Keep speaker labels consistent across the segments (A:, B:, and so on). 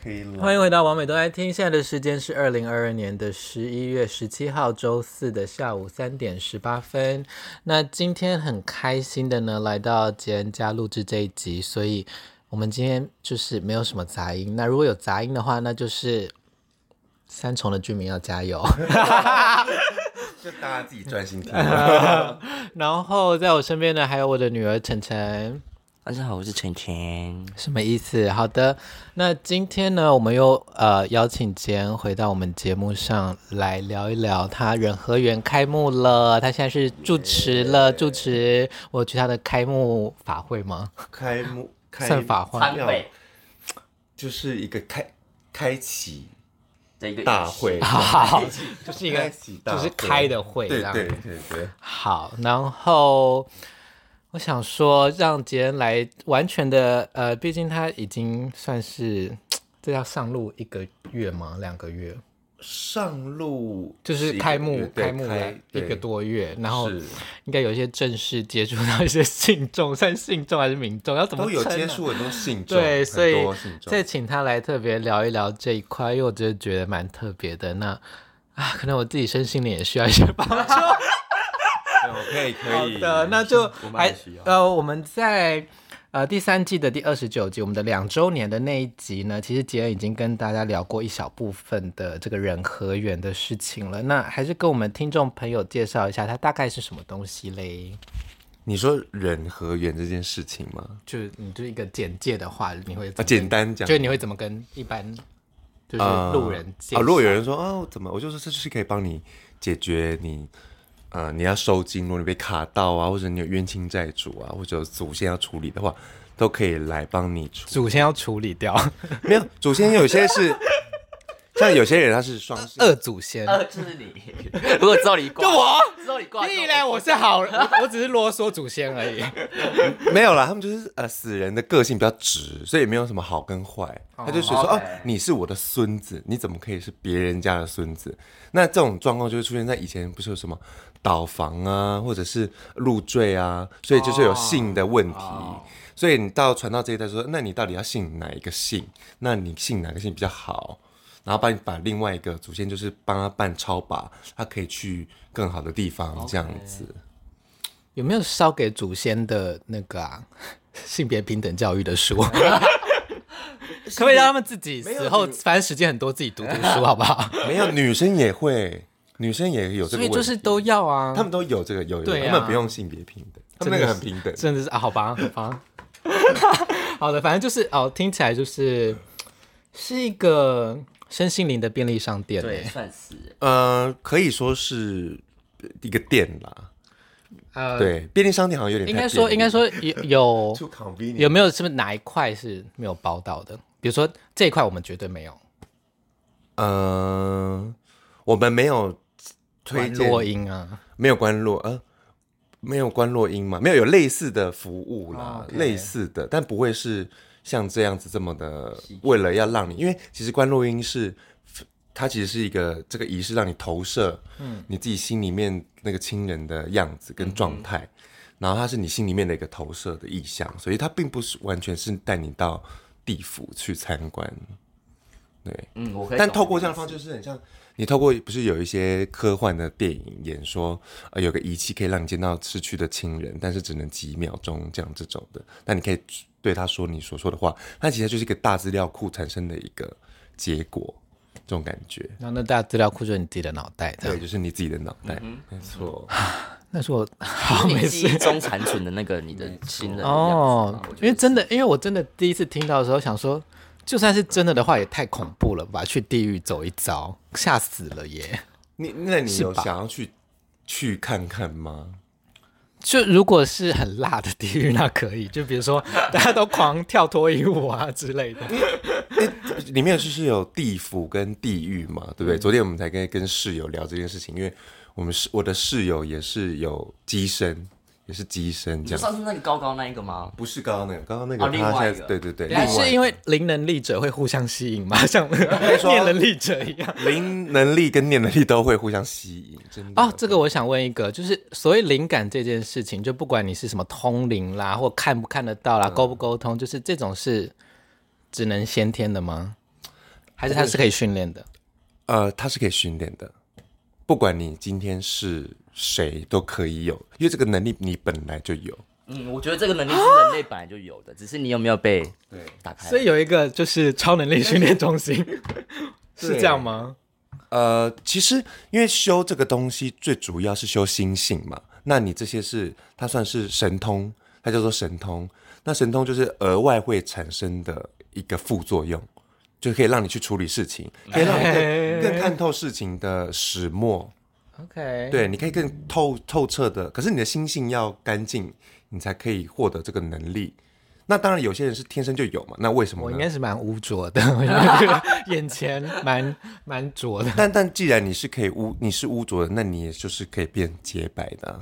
A: 可以了。
B: 欢迎回到王美都爱听，现在的时间是二零二二年的十一月十七号周四的下午三点十八分。那今天很开心的呢，来到杰恩家录制这一集，所以我们今天就是没有什么杂音。那如果有杂音的话，那就是三重的居民要加油。
A: 就大家自己专心 听。
B: 然后在我身边呢，还有我的女儿晨晨。
C: 大家好，我是晨晨。
B: 什么意思？好的，那今天呢，我们又呃邀请杰恩回到我们节目上来聊一聊，他仁和园开幕了，他现在是住持了，住持。我有去他的开幕法会吗？
A: 开幕开
B: 算法会
C: 参会
A: 就是一个开开启
C: 的一个
A: 大会，
B: 好，就是一个
A: 开启大
B: 就
A: 会
B: 是开的会这
A: 对
B: 样。
A: 对对对，
B: 好，然后我想说，让杰恩来完全的呃，毕竟他已经算是这要上路一个月吗？两个月？
A: 上路
B: 就是
A: 一个
B: 开幕
A: 乐队
B: 开幕了
A: 开
B: 一个
A: 对
B: 多月，然后
A: 是
B: 应该有一些正式接触到一些信众， 算信众还是民众，要怎么
A: 都有
B: 称啊
A: 接触很多信众，
B: 对，
A: 很
B: 所以
A: 多信众
B: 再请他来特别聊一聊这一块，因为我真的觉得蛮特别的。那啊，可能我自己身心灵也需要一些帮助。
A: 对我可以啊可
B: 好
A: 以
B: 的，那就
C: 我们
B: 还
C: 也需要
B: 呃，我们在呃第三季的第二十九集，我们的两周年的那一集呢，其实杰恩已经跟大家聊过一小部分的这个人和园的事情了。那还是跟我们听众朋友介绍一下，它大概是什么东西嘞？
A: 你说人和缘这件事情吗？
B: 就是你就是一个简介的话，你会
A: 啊，
B: 怎么
A: 简单讲
B: 就，是你会怎么跟一般就是路人介
A: 啊，
B: 绍？
A: 如果有人说啊，怎么，我就说这就是可以帮你解决你，呃，你要收金，如果你被卡到啊，或者你有冤亲债主啊，或者有祖先要处理的话，都可以来帮你处。
B: 祖先要处 理掉
A: 没有，祖先有些是， 像有些人他是双性，
B: 二祖 先。
C: 呃，就是 你。如果之后你挂，就我之后你挂，
B: 屁嘞！我是好，我我只是啰嗦祖先而已。
A: 没有啦，他们就是呃死人的个性比较直，所以没有什么好跟坏，他就是说哦
C: OK
A: 你是我的孙子，你怎么可以是别人家的孙子？那这种状况就会出现在以前不是有什么倒房啊，或者是入赘啊，所以就是有姓的问题。所以你到传到这一代说，那你到底要姓哪一个姓？那你姓哪个姓比较好？然后帮你把另外一个祖先就是帮他办超拔，他可以去更好的地方，这样子。
B: 有没有烧给祖先的那个啊 性别平等教育 的书？可不可以让他们自己死后，反正时间很多，自己读读书，好不好？
A: 没有，女生也会，女生也 有这个
B: 所
A: 问
B: 以
A: 题，
B: 就是都要啊。
A: 他们都有这个有有，
B: 对啊
A: 他们不用性别平等，他
B: 真
A: 们那个
B: 的是
A: 很平等。
B: 真的是啊，好吧，好吧。 好的，反正就是哦，听起来就是是一个身心灵的便利商店。欸
C: 对，，算是
A: 呃，可以说是一个店啦，
B: 呃，
A: 对，便利商店好像有点
B: 应
A: 太
B: 该说
A: 便
B: 应
A: 利
B: 该说有有
A: too convenient，
B: 有没有是不是哪一块是没有包到的？比如说这一块我们绝对没有，
A: 呃，我们没有推
B: 关
A: 荐，
B: 落音啊，
A: 没有关落呃，没有关落音嘛，没有有类似的服务啦
B: 哦，，OK
A: 类似的，但不会是像这样子这么的，为了要让你，因为其实关落音是。它其实是一个这个仪式，让你投射，嗯，你自己心里面那个亲人的样子
B: 嗯
A: 跟状态，然后它是你心里面的一个投射的意象，所以它并不是完全是带你到地府去参观，对，
C: 嗯，我可以。
A: 但透过这样的方式，就是很像你透过不是有一些科幻的电影演说，呃，有个仪器可以让你见到逝去的亲人，但是只能几秒钟这样这种的。那你可以对他说你所说的话，那其实就是一个大资料库产生的一个结果，这种感觉。
B: 然后那大家资料库就是你自己的脑袋这样
A: 对，。就是你自己的脑袋，没错。
B: 那是我好
C: 就是
B: 没
C: 你记
B: 事
C: 忆中残存的那个你的亲人的样子啊
B: 哦
C: 嘛我觉，得
B: 因为真的，因为我真的第一次听到的时候想说，就算是真的的话，也太恐怖了吧？去地狱走一遭，吓死了耶！
A: 你那你
B: 是
A: 有
B: 吧
A: 想要去去看看吗？
B: 就如果是很辣的地狱，那可以，就比如说大家都狂跳脱衣舞啊之类的。
A: 里面就是有地府跟地狱嘛，对不
C: 嗯
A: 对？昨天我们才跟跟室友聊这件事情，因为我们室我的室友也是有机身，也是机身
C: 你
A: 这
C: 就
A: 样，
C: 上次那个高高那一个吗？
A: 不是刚刚那个，刚刚那个
C: 哦另外
A: 他现
C: 一
A: 在
C: 个
A: 对对对，另
B: 但 是
A: 外
B: 因为灵能力者会互相吸引嘛， 像念能力者一样。
A: 灵能力跟念能力都会互相吸引，真的
B: 哦，这个我想问一个，就是所谓灵感这件事情，就不管你是什么通灵啦，嗯或看不看得到啦，沟不沟通，就是这种是只能先天的吗？还是它是可以训练的？
A: 呃，它是可以训练的，不管你今天是谁都可以有，因为这个能力你本来就有。
C: 嗯，我觉得这个能力是人类本来就有的，只是你有没有被
A: 对
C: 打
B: 哦
C: 开。
B: 哎所以有一个就是超能力训练中 心，是这样吗？
A: 呃，其实因为修这个东西最主要是修心性嘛，那你这些是它算是神通，它叫做神通。那神通就是额外会产生的一个副作用，就可以让你去处理事 情，可以让你更更看透事情的始末。
B: OK，，
A: 对，你可以更透透彻的，可是你的心性要干净，你才可以获得这个能力。那当然，有些人是天生就有嘛，那为什么
B: 我应
A: 呢？
B: 该是蛮污浊的，我觉得 眼前蛮蛮浊的，
A: 但但既然你是可以污，你是污浊的，那你也就是可以变洁白的啊、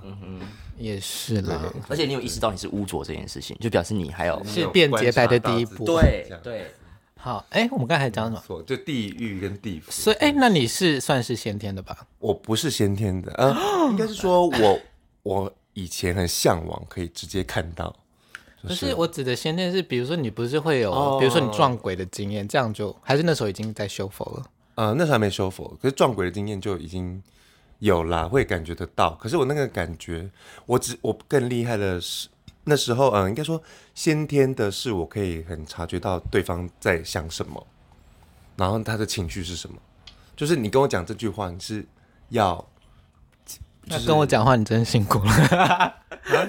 B: 也是啦，
C: 而且你有意识到你是污浊这件事情，就表示你还有
B: 是变洁白的第一步。
C: 对
A: 这样
C: 对，
B: 好，哎，我们刚才讲什么？
A: 错，就地狱跟地府。
B: 所以，哎，那你是算是先天的吧？
A: 我不是先天的，呃，应该是说我我以前很向往可以直接看到，
B: 不是，我指的先天是，比如说你不是会有，
A: 哦
B: 比如说你撞鬼的经验，这样就还是那时候已经在修佛了。
A: 呃，那时候还没修佛，可是撞鬼的经验就已经有啦，会感觉得到。可是我那个感觉，我只我更厉害的是那时候，嗯、应该说先天的是我可以很察觉到对方在想什么，然后他的情绪是什么。就是你跟我讲这句话，你是要就
B: 那
A: 是
B: 跟我讲话，你真辛苦了，
A: 啊？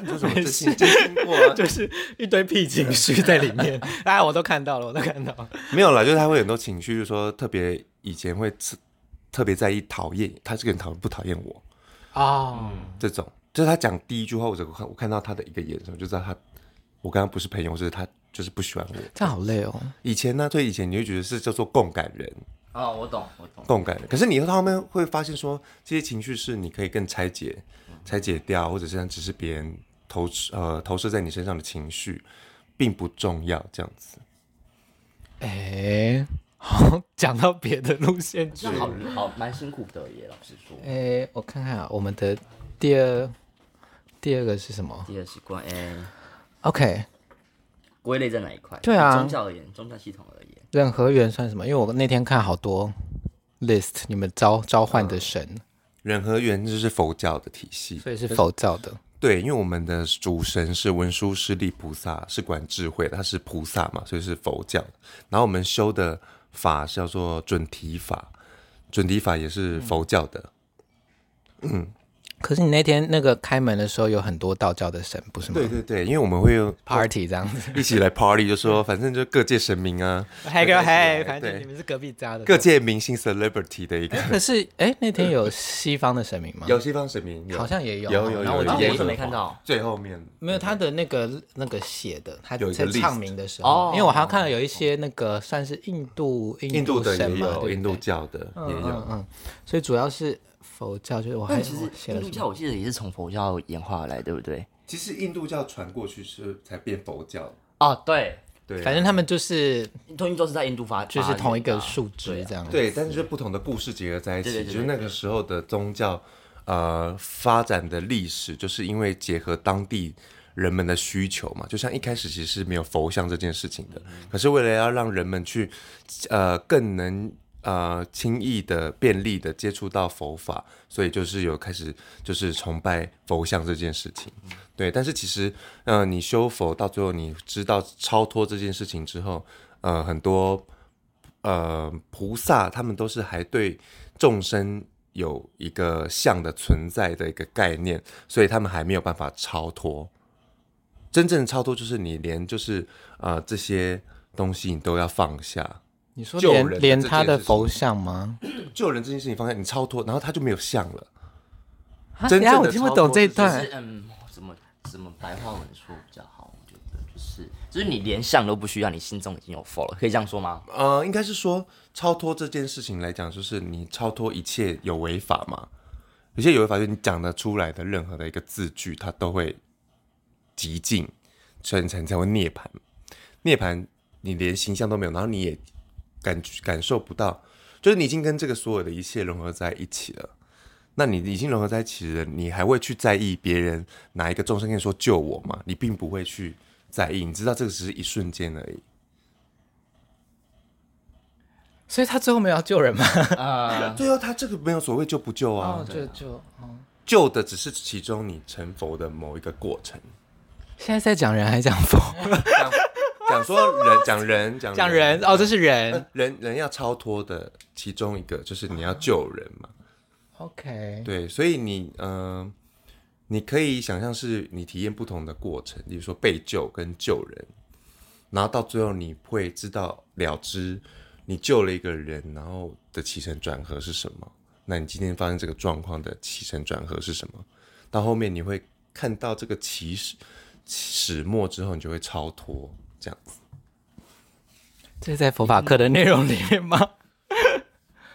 A: 你说什么？ 这
B: 没事
A: 信这信过啊？
B: 就是一堆屁情绪在里 面。哎，我都看到了，我都看到了。
A: 没有啦，就是他会有很多情绪，就是说特别以前会特特别在意讨厌他这个人讨不讨厌我，
B: 哦，
A: 这种，就是他讲第一句话，我整个看我看到他的一个眼神，我就知道他，我跟他不是朋友，就是他就是不喜欢我。
B: 这样好累哦。
A: 以前呢，对以前你会觉得是叫做共感人，
C: 哦，我懂我懂，
A: 共感人。可是你到后面会发现说，这些情绪是你可以更拆解、拆解掉，或者是只是别人投呃投射在你身上的情绪，并不重要。这样子，
B: 哎，好，讲到别的路线去
C: 那。好好蛮辛苦的耶，老实说。
B: 哎，我看看啊，我们的第二第二个是什么
C: 第二习惯，哎，
B: ？OK，
C: 归类在哪一块？
B: 对啊
C: 宗教而言，宗教系统而言，
B: 任何缘算什么？因为我那天看好多 list，你们召召唤的神，
A: 人和缘就是佛教的体系，
B: 所以是佛教的。
A: 对，因为我们的主神是文殊师利菩萨，是管智慧的，他是菩萨嘛，所以是佛教。然后我们修的法是叫做准提法，准提法也是佛教的。
B: 可是你那天那个开门的时候有很多道教的神，不是吗？
A: 对对对，因为我们会用
B: party 这样 子。
A: 一起来 party，就说反正就各界神明啊，
B: 嗨哥嗨，反
A: 对
B: 正你们是隔壁家的。
A: 各界明星 celebrity 的一个，
B: 可是哎，那天有西方的神明 吗？
A: 有西方神明有，
B: 好像也有
A: 有有
B: 然后
A: 有
B: 我
A: 有，
B: 就
A: 有
B: 我
C: 怎么没看到
A: 最后面
B: 没有他的那个那个写的，他
A: 有一
B: 在
A: 个 list
B: 唱名的时
C: 哦
B: 候，因为我还看到有一些那个算是印度
A: 印度的
B: 神
A: 也
B: 嘛，对不
A: 有，
B: 对
A: 印度教的也
B: 嗯嗯
A: 有，
B: 嗯，所以主要是佛教，就是我还
C: 但其
B: 我
C: 实
B: 写
C: 印
B: 了
C: 度
B: 什
C: 教
B: 么？
C: 我记得也是从佛教演化而来，对不对？
A: 其实印度教传过去是才变佛教，
C: 哦，对，
A: 对，
B: 反正他们就是
C: 通运都是在印度发，
B: 就是同一个
C: 发源的啊
B: 树枝这样。
A: 对，但是就不同的故事结合在一起，
C: 对对对
A: 就是那个时候的宗教，呃，发展的历史，就是因为结合当地人们的需求嘛。就像一开始其实是没有佛像这件事情的，
C: 嗯
A: 可是为了要让人们去，呃，更能呃轻易的、便利的接触到佛法，所以就是有开始就是崇拜佛像这件事情。
C: 嗯
A: 对，但是其实，呃，你修佛到最后，你知道超脱这件事情之后，呃，很多呃菩萨他们都是还对众生有一个相的存在的一个概念，所以他们还没有办法超脱。真正的超脱就是你连就是呃这些东西你都要放下，
B: 你说
A: 救人
B: 连
A: 的
B: 连
A: 这
B: 他
A: 件
B: 的
A: 事情
B: 佛像吗？
A: 救人这件事情放下，你超脱，然后他就没有相了。
B: 啊
A: 真
B: 等一下
A: 正
B: 我
A: 的
B: 听不
A: 超
B: 懂
A: 脱
B: 这一
A: 是
B: 段
C: 就是。嗯，怎么怎么白话文说比较好？我觉得就是就是你连相都不需要，你心中已经有佛了，可以这样说吗？
A: 呃，应该是说超脱这件事情来讲，就是你超脱一切有违法嘛，有些有违法，就是你讲得出来的任何的一个字句，它都会极尽，所以你才你才会涅槃。涅槃，你连形象都没有，然后你也感感受不到，就是你已经跟这个所有的一切融合在一起了。那你已经融合在一起了，你还会去在意别人哪一个众生跟你说救我吗？你并不会去在意，你知道这个只是一瞬间而已。
B: 所以他最后没有要救人吗？
C: 啊，
A: 对啊，他这个没有所谓救不救啊
B: 哦，，就就哦，
A: 救的只是其中你成佛的某一个过 程。
B: 现在在讲人还是讲佛？
A: 讲说人，讲人，讲
B: 讲人哦，这是人。
A: 人人要超脱的其中一个就是你要救人嘛，
B: OK，
A: 对，所以你嗯、呃你可以想象是你体验不同的过程，比如说被救跟救人，然后到最后你会知道了知你救了一个人，然后的起承转合是什么，那你今天发生这个状况的起承转合是什么，到后面你会看到这个起始始末之后，你就会超脱这样子。
B: 这是在佛法课的内容里面 吗？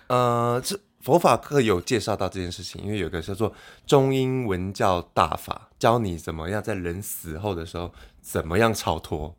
A: 呃，这佛法课有介绍到这件事情，因为有一个叫做《中英文教大法》，教你怎么样在人死后的时候怎么样超脱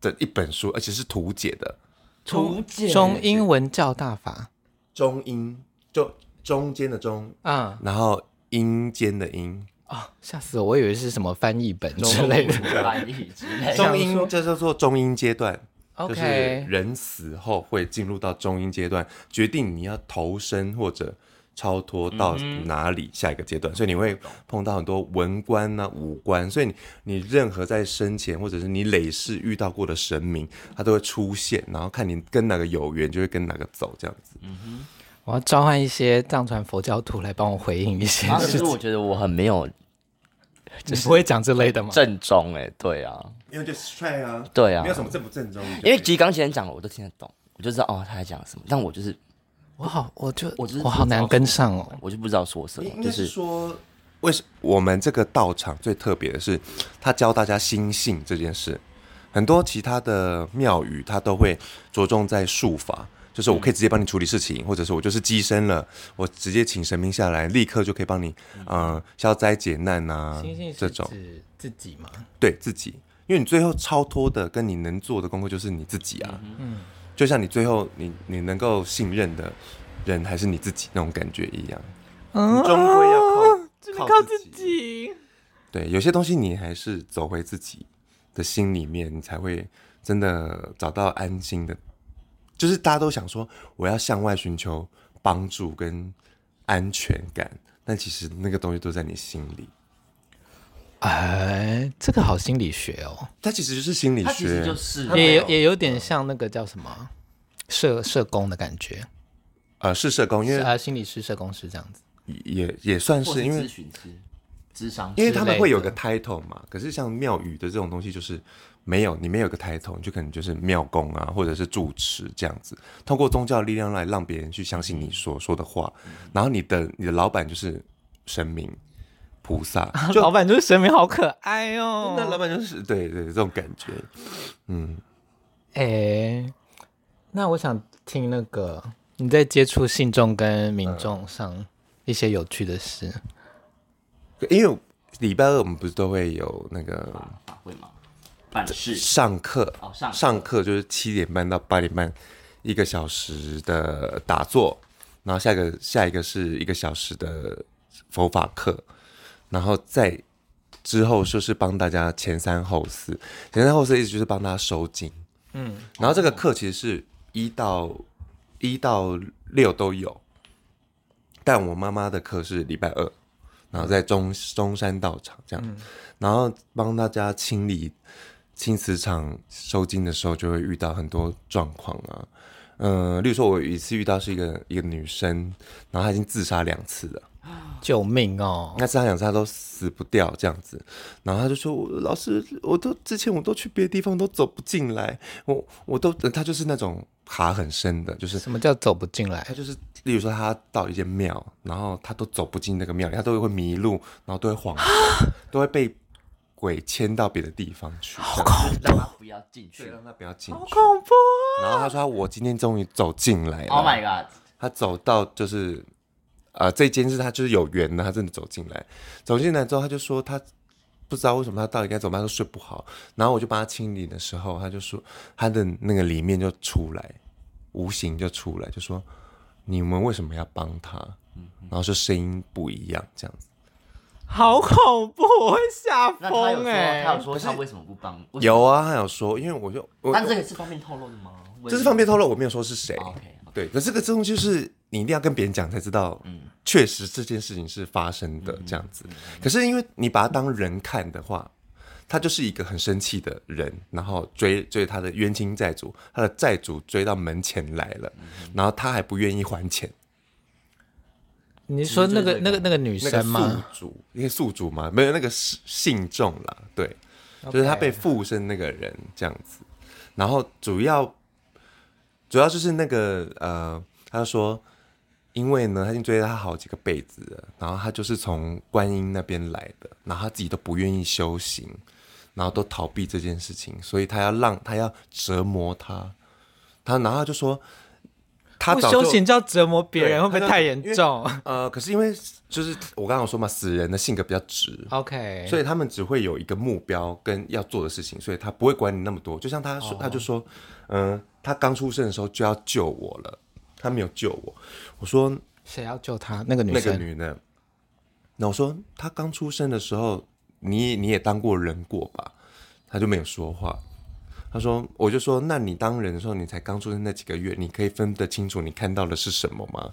A: 的一本书，而且是图解的。
C: 图解
B: 中英文教大法。
A: 中英中中间的中，
B: 嗯，
A: 然后阴间的阴，
B: 哦，吓死我！我以为是什么翻译本之类的。
C: 的翻译之类的，
A: 中阴这叫做中阴阶段。就是
B: OK，
A: 人死后会进入到中阴阶段，决定你要投身或者超脱到
C: 嗯
A: 哪里下一个阶段，所以你会碰到很多文官呐、武官，所以你你任何在生前或者是你累世遇到过的神明，他都会出现，然后看你跟哪个有缘，就会跟哪个走这样子。
B: 我要召唤一些藏传佛教徒来帮我回应一些
C: 啊，可
B: 事
C: 是
B: 情。
C: 我觉得我很没有
B: 你不会讲这类的吗？
C: 正宗哎、对啊，
A: 因为就是帅啊，
C: 对啊，
A: 么正不正宗，
C: 因为其实刚前讲了，我都听得懂，我就知道哦他在讲什么，但我就是
B: 我好，我就
C: 我就是
B: 我好难跟上哦。
C: 我就不知道说什么，就是
A: 说。为什我们这个道场最特别的是，他教大家心性这件事。很多其他的庙宇，它都会着重在术法，就是我可以直接帮你处理事情，或者是我就是机身了，我直接请神明下来，立刻就可以帮你，嗯、消灾解难啊
B: 星星，
A: 这
B: 是
A: 种
B: 指自己吗？
A: 对自己，因为你最后超脱的跟你能做的功课就是你自己啊，嗯，就像你最后你你能够信任的人还是你自己那种感觉一样，你终归要靠啊靠自己。
B: 己。
A: 对，有些东西你还是走回自己的心里面，你才会真的找到安心的。就是大家都想说，我要向外寻求帮助跟安全感，但其实那个东西都在你心里。
B: 哎，这个好心理学哦，
A: 它其实就是心理
C: 他其实
A: 学，
C: 就是
B: 也有也有点像那个叫什么社社工的感觉，
A: 呃，是社工，因为
B: 啊，心理师、社工师这样子。
A: 也也算
C: 或
A: 是因
C: 咨
A: 为
C: 询师、智商师，
A: 因为他
B: 之
A: 们
B: 类
A: 会有
B: 的
A: 个 title 嘛，可是像庙宇的这种东西就是没有，你没有个 title，你就可能就是庙公啊，或者是住持这样子，通过宗教的力量来让别人去相信你所说的话，
B: 嗯
A: 然后你的你的老板就是神明菩萨，就
B: 啊老板就是神明，好可爱哦。
A: 那老板就是对对这种感觉，嗯，
B: 哎，那我想听那个你在接触信众跟民众上一些有趣的事，
A: 因为礼拜二我们不是都会有那个
C: 法会吗？办事
A: 上课，
C: 哦，上
A: 上课就是七点半到八点半，一个小时的打坐，然后下一个下一个是一个小时的佛法课，然后再之后就是帮大家前三后四，前三后四意思就是帮大家收经，
B: 嗯，
A: 然后这个课其实是一到一到六都有，但我妈妈的课是礼拜二，然后在中中山道场这样，然后帮大家清理清磁场收金的时候，就会遇到很多状况啊。嗯、例如说，我有一次遇到是一个一个女生，然后她已经自杀两次了，
B: 救命哦！
A: 那自杀两次她都死不掉这样子，然后她就说：“我老师，我都之前我都去别的地方都走不进来，我我都她就是那种卡很深的，就是
B: 什么叫走不进来
A: 他？就是，例如说他到一间庙，然后他都走不进那个庙里，他都会迷路，然后都会晃， 都会被鬼牵到别的地方去。好恐
C: 就是让他不要进去。
A: 让他不要进去。
B: 恐怖！啊
A: 然后他说：“我今天终于走进来了。
C: Oh my god！
A: 他走到就是，呃，这间是他就是有缘的，他真的走进来，走进来之后他就说他不知道为什么他到底该怎么办，他都睡不好。然后我就帮他清理的时候，他就说他的那个里面就出来，无形就出来，就说你们为什么要帮他？
C: 嗯
A: 然后说声音不一样这样子。
B: 好恐怖，我会吓
C: 那他有
B: 疯
C: 说，
B: 哎、
C: 他有说他为什么不帮？为什么，
A: 有啊，他有说，因为我就我
C: 但这个是方便透露的吗？Oh,
A: 这是方便透露，我没有说是谁。
C: OK，么。
A: 对，那这个东西就是你一定要跟别人讲才知道，确实这件事情是发生的这样子。可是因为你把他当人看的话，他就是一个很生气的人，然后追追他的冤亲债主，他的债主追到门前来了，然后他还不愿意还钱。
B: 你是说那个
C: 其实就是
B: 那个那个女
A: 那个
B: 生
A: 宿
B: 吗？
A: 主，因为宿主嘛，没有那个是信众啦，对就是他被附身那个人这样子。然后主要主要就是那个呃，他说，因为呢，他已经追了他好几个辈子了，然后他就是从观音那边来的，然后他自己都不愿意修行，然后都逃避这件事情，所以他要让他要折磨他，他然后他就说。他
B: 不
A: 早
B: 修
A: 就。
B: 行就要折磨别
A: 对
B: 人，会不会
A: 他就
B: 太严
A: 因为
B: 重
A: 呃，可是因为就是我刚刚有说嘛，死人的性格比较直，
B: ？OK，
A: 所以他们只会有一个目标跟要做的事情，所以他不会管你那么多。就像他说，他就说，嗯、他刚出生的时候就要救我了，他没有救我。我说
B: 谁要救她？那个女
A: 那个
B: 生
A: 女的，那我说她刚出生的时候，你你也当过人过吧？她就没有说话。她说，我就说，那你当人的时候，你才刚出生那几个月，你可以分得清楚你看到的是什么吗？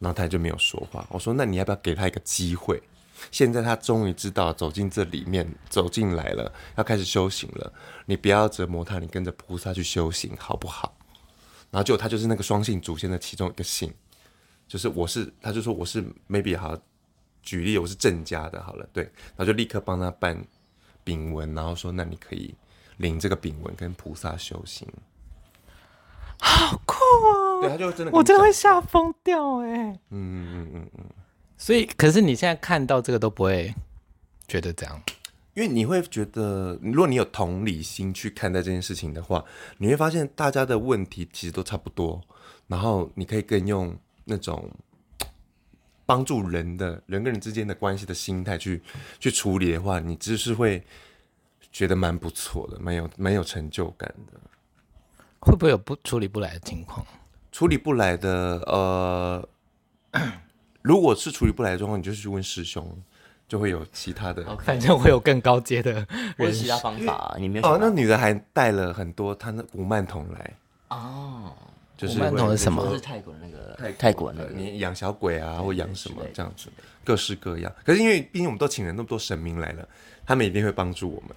A: 然后她就没有说话。我说，那你要不要给她一个机会？现在她终于知道走进这里面，走进来了，要开始修行了。你不要折磨她，你跟着菩萨去修行好不好？然后结果她就是那个双性祖先的其中一个性。就是我是，他就说我是 maybe 好，举例我是郑家的，好了，对，然后就立刻帮他办饼文，然后说那你可以领这个饼文跟菩萨修行，
B: 酷
A: 对，
B: 哦，
A: 他就真的跟
B: 我
A: 你
B: 真的
A: 讲
B: 会吓疯掉哎。
A: 嗯嗯嗯嗯，
B: 所以，可是你现在看到这个都不会觉得这样，
A: 因为你会觉得，如果你有同理心去看待这件事情的话，你会发现大家的问题其实都差不多，然后你可以更用那种。帮助人的人跟人之间的关系的心态去去处理的话，你只是会觉得蛮不错的，蛮有蛮有成就感的。
B: 会不会有不处理不来的情况？
A: 处理不来的，呃， 如果是处理不来的状况，你就去问师兄，就会有其他的。
B: 反
C: OK，
B: 正会有更高阶的
C: 我有
B: 人
C: 其他方法啊，你没有
A: 哦
C: 想，到
A: 那女的还带了很多她那古曼童来，
C: 哦，
A: 就是
B: 古曼童是什么
C: 就是泰国的那个泰国的
A: 的，
C: 那个
A: 呃你养小鬼啊，或养什么
C: 之类的
A: 这样子，各式各样。可是因为毕竟我们都请了那么多神明来了，他们一定会帮助我们。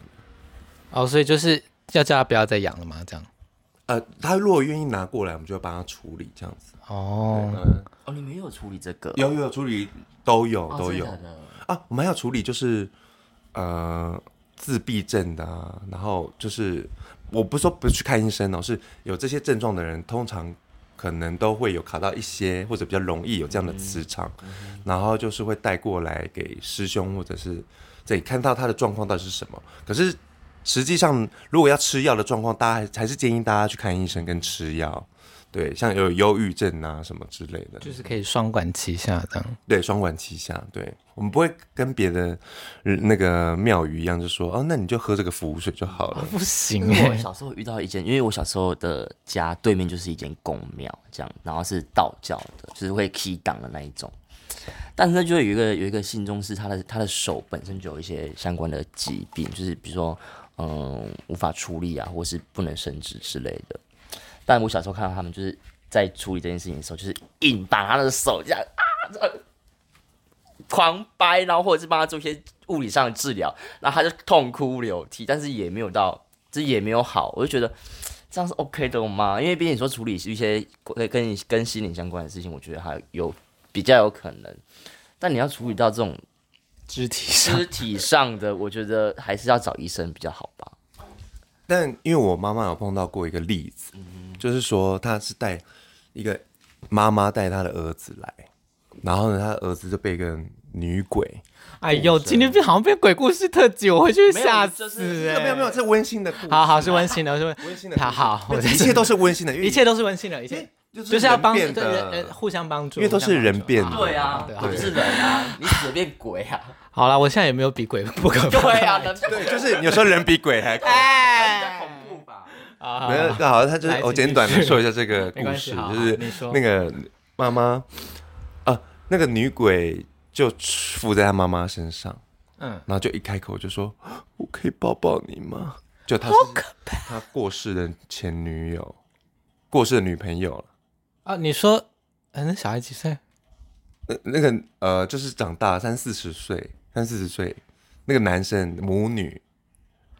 B: 哦，所以就是要叫他不要再养了嘛，这样
A: 呃，他如果愿意拿过来，我们就会帮他处理这样子。
B: 哦，
A: 嗯，
C: 哦，你没有处理这个，
A: 有有有处理都有
C: 哦
A: 都有
C: 真的假的
A: 啊，我们还要处理就是呃自闭症的啊，然后就是我不是说不去看医生哦，是有这些症状的人，通常可能都会有卡到一些或者比较容易有这样的磁场，
B: 嗯
A: 然后就是会带过来给师兄或者是这里看到他的状况到底是什么，可是。实际上，如果要吃药的状况，大家还还是建议大家去看医生跟吃药。对，像有忧郁症啊什么之类的，
B: 就是可以双管齐下这样。
A: 对，双管齐下。对我们不会跟别的呃那个庙宇一样，就说哦，那你就喝这个符水就好了。
B: 不行
C: 因为我
B: 哎、
C: 小时候遇到一间，因为我小时候的家对面就是一间公庙，这样，然后是道教的，就是会踢档的那一种。但是呢，就有一个有一个信众是他的他的手本身就有一些相关的疾病，就是比如说嗯无法出力啊，或是不能伸直之类的。但我小时候看到他们就是在处理这件事情的时候，就是硬把他的手这样啊，这样狂掰，然后或者是帮他做一些物理上的治疗，然后他就痛哭流涕，但是也没有到，这也没有好，我就觉得这样是 OK 的吗？因为毕竟你说处理一些跟跟跟心灵相关的事情，我觉得还有比较有可能，但你要处理到这种
B: 肢体上
C: 肢体上的，我觉得还是要找医生比较好吧。
A: 但因为我妈妈有碰到过一个例子，
B: 嗯
A: 就是说她是带一个妈妈带她的儿子来，然后呢，她的儿子就被一个女鬼。
B: 哎呦，今天变好像变鬼故事特辑，我会去
C: 没有
B: 吓
C: 就
B: 死、
C: 是
A: 没
B: 欸
A: 有没有没有，这温馨的故事，啊
B: 好好是温馨的，是温
A: 温馨的故事
B: 好好，我
A: 一切都是温馨的，因为
B: 一切都是温馨的，一切
A: 就是
B: 就是要帮
A: 人变
B: 对
A: 的
B: 人呃互相帮助，
A: 因为都
B: 互相
A: 是
B: 帮
A: 人
B: 助
A: 变的。
C: 对啊，
B: 对啊
C: 不是人啊， 你随便鬼啊，
B: 好啦，我现在也没有比鬼不可怕。
C: 对啊，人
A: 对，就是有时候人比鬼还恐怖。
C: 比较恐怖吧。
B: 啊
A: 没有，那好，他就是
B: 哎来
A: 我
B: 请
A: 简短
B: 继
A: 的
B: 续
A: 说一下这个故
B: 没关系
A: 事，
B: 好好
A: 就是
B: 你说
A: 那个妈妈啊，那个女鬼就附在她妈妈身上，
B: 嗯，
A: 然后就一开口就说：“哦我可以抱抱你吗？”就她是她过世的前女友，过世的女朋友了，
B: 啊，你说，嗯、那小孩几岁？
A: 那那个呃，就是长大三四十岁，三四十岁那个男生母女